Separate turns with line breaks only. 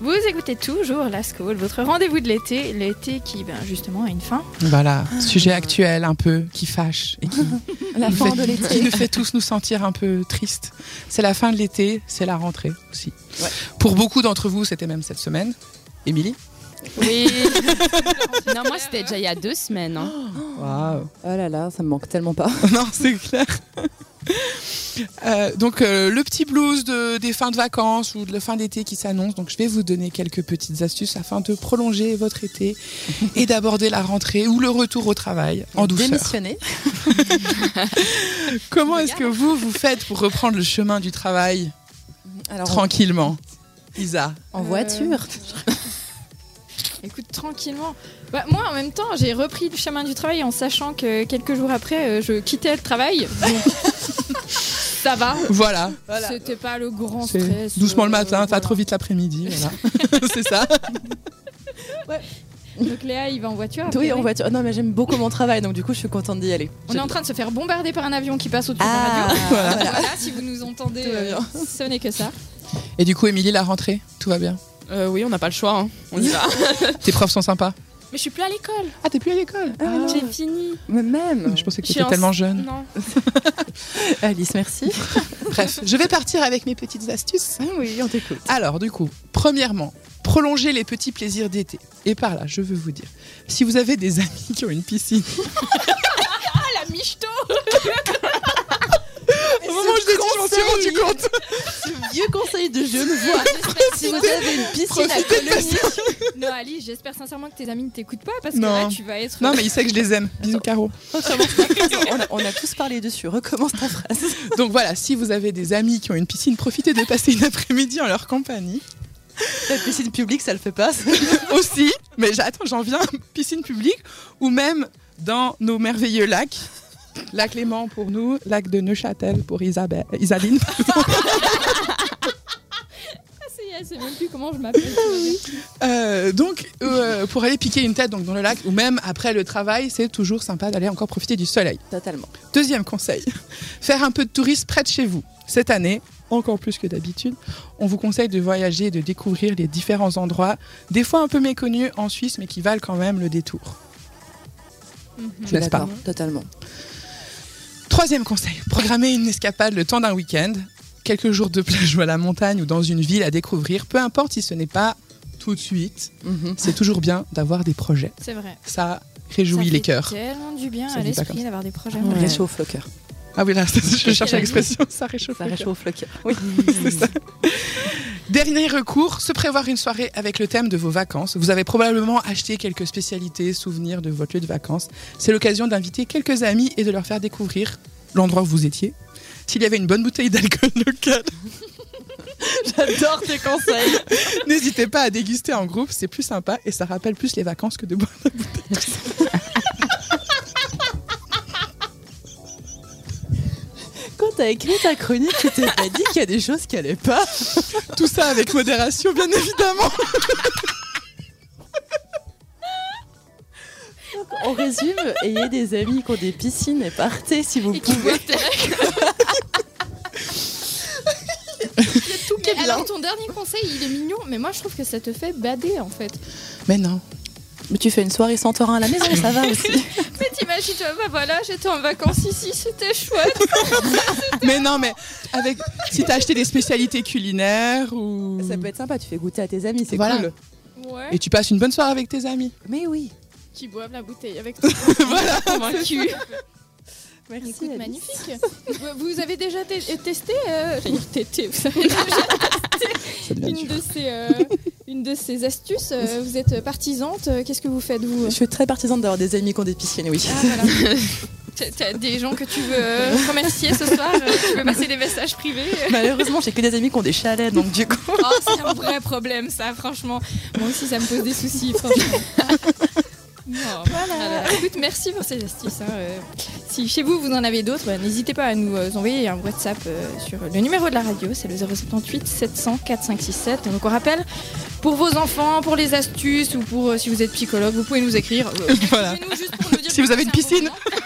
Vous écoutez toujours la School, votre rendez-vous de l'été, l'été qui, ben, justement, a une fin.
Voilà, sujet actuel un peu qui fâche et qui,
Ah, La
nous
fin
fait-
de
qui
l'été.
nous fait tous nous sentir un peu tristes. C'est la fin de l'été, c'est la rentrée aussi. Pour beaucoup d'entre vous, c'était même cette semaine. Émilie
Oui. non, moi, c'était déjà il y a deux semaines. hein.
Waouh
Oh là là, ça me manque tellement pas.
Non, c'est clair. Euh, donc euh, le petit blues de, des fins de vacances ou de la fin d'été qui s'annonce. Donc je vais vous donner quelques petites astuces afin de prolonger votre été et d'aborder la rentrée ou le retour au travail en douceur.
Démissionner.
Comment est-ce que vous vous faites pour reprendre le chemin du travail
Alors,
tranquillement, Isa
en
Euh,
voiture.
Écoute, tranquillement. Bah, moi, en même temps, j'ai repris le chemin du travail en sachant que quelques jours après, euh, je quittais le travail. Donc, ça va.
Voilà.
C'était pas le grand
C'est
stress.
doucement le
euh,
matin, pas
voilà.
trop vite l'après-midi. Voilà. c'est ça.
Donc Léa, il va en voiture.
Ah, Oui,
après,
en voiture. Oh Non, mais j'aime beaucoup mon travail, donc du coup, je suis contente d'y aller.
On est en train de se faire bombarder par un avion qui passe au-dessus de
Ah,
la radio.
voilà.
Voilà, si vous nous entendez,
Tout va
euh, ce n'est que ça.
Et du coup, Émilie, la rentrée, tout va bien.
Euh, oui, on n'a pas le choix. hein. On y va.
Tes profs sont sympas.
Mais je suis plus à l'école.
Ah, t'es plus à l'école
Ah,
J'ai fini.
mais même.
Je pensais que
Euh, Je suis
t'étais
en-
tellement jeune.
Non.
Alice, merci.
Bref, je vais partir avec mes petites astuces.
Ah oui, on t'écoute.
Alors, du coup, premièrement, prolonger les petits plaisirs d'été. Et par là, je veux vous dire, si vous avez des amis qui ont une piscine,
Ah la michto
au moment où je l'ai dit, je m'en suis rendu compte.
Vieux conseil de jeu, me
Ah,
vois. Si vous avez une piscine à
Profitez de la
colonie.
Non, Ali, j'espère sincèrement que tes amis ne t'écoutent pas parce
Non.
que là, tu vas être.
Non, mais il sait que je les aime. Bisous, Caro.
on, a, on a tous parlé dessus. Recommence ta phrase.
Donc voilà, si vous avez des amis qui ont une piscine, profitez de passer une après-midi en leur compagnie.
La piscine publique, ça le fait pas.
Aussi, mais j'- attends, j'en viens, piscine publique ou même dans nos merveilleux lacs. Lac Léman pour nous, lac de Neuchâtel pour Isabelle, Isaline.
Ah, c'est- elle sait même plus comment je m'appelle. tout va bien.
Euh, donc, euh, pour aller piquer une tête donc dans le lac ou même après le travail, c'est toujours sympa d'aller encore profiter du soleil.
Totalement.
Deuxième conseil, faire un peu de tourisme près de chez vous. Cette année, encore plus que d'habitude, on vous conseille de voyager et de découvrir les différents endroits, des fois un peu méconnus en Suisse, mais qui valent quand même le détour.
Je
N'est-ce pas
Totalement.
Troisième conseil, programmer une escapade le temps d'un week-end, quelques jours de plage ou à la montagne ou dans une ville à découvrir, peu importe si ce n'est pas tout de suite,
Mhm.
c'est toujours bien d'avoir des projets.
C'est vrai.
Ça
Ça
réjouit
fait
les cœurs.
tellement du bien à
Ça dit pas comme
l'esprit d'avoir des projets.
On
Ouais.
Réchauffe le cœur.
Ah oui, là, je cherchais
la
l'expression, ça réchauffe.
Ça
le cœur.
réchauffe le cœur. Oui.
Dernier recours, se prévoir une soirée avec le thème de vos vacances. Vous avez probablement acheté quelques spécialités, souvenirs de votre lieu de vacances. C'est l'occasion d'inviter quelques amis et de leur faire découvrir l'endroit où vous étiez. S'il y avait une bonne bouteille d'alcool local,
J'adore tes conseils.
n'hésitez pas à déguster en groupe, c'est plus sympa et ça rappelle plus les vacances que de boire la bouteille.
Quand t'as écrit ta chronique, tu t'es pas dit qu'il y a des choses qui allaient pas.
Tout ça avec modération, bien évidemment.
On résume, ayez des amis qui ont des piscines et partez si vous
Et qui
pouvez.
Tout mais alors ton dernier conseil, il est mignon, mais moi je trouve que ça te fait bader en fait.
Mais non.
Mais tu fais une soirée Santorin à la maison, ça va aussi.
Mais t'imagines, toi, bah voilà, j'étais en vacances ici, c'était chouette.
Mais non, mais avec si t'as acheté des spécialités culinaires ou
Ça peut être sympa, tu fais goûter à tes amis, c'est
Voilà.
cool.
Ouais.
et tu passes une bonne soirée avec tes amis.
Mais oui.
Qui boivent la bouteille avec toi.
voilà.
Convaincu.
Merci.
Écoute,
Alice.
magnifique. Vous- Vous avez déjà té- testé, euh, j'allais dire tété, vous avez déjà une de ces, euh, une de ces astuces. euh, vous êtes partisante. euh, Qu'est-ce que vous faites vous
Je suis très partisane d'avoir des amis qui ont des piscines, oui.
Ah, voilà. T'as- T'as des gens que tu veux euh, remercier ce soir. euh, Tu veux passer des messages privés.
Malheureusement, j'ai que des amis qui ont des chalets, donc du coup.
Oh, c'est un vrai problème, ça, franchement. Moi aussi, ça me pose des soucis, franchement. Non, voilà. Écoute, merci pour ces astuces. hein, euh. Si chez vous, vous en avez d'autres, bah, n'hésitez pas à nous euh, envoyer un WhatsApp euh, sur le numéro de la radio, c'est le 078 700 4567. Donc on rappelle, pour vos enfants, pour les astuces ou pour euh, si vous êtes psychologue, vous pouvez nous écrire. euh,
Voilà.
écrivez-nous juste pour nous dire
Si vous
que
avez une
c'est un bon
piscine.
moment.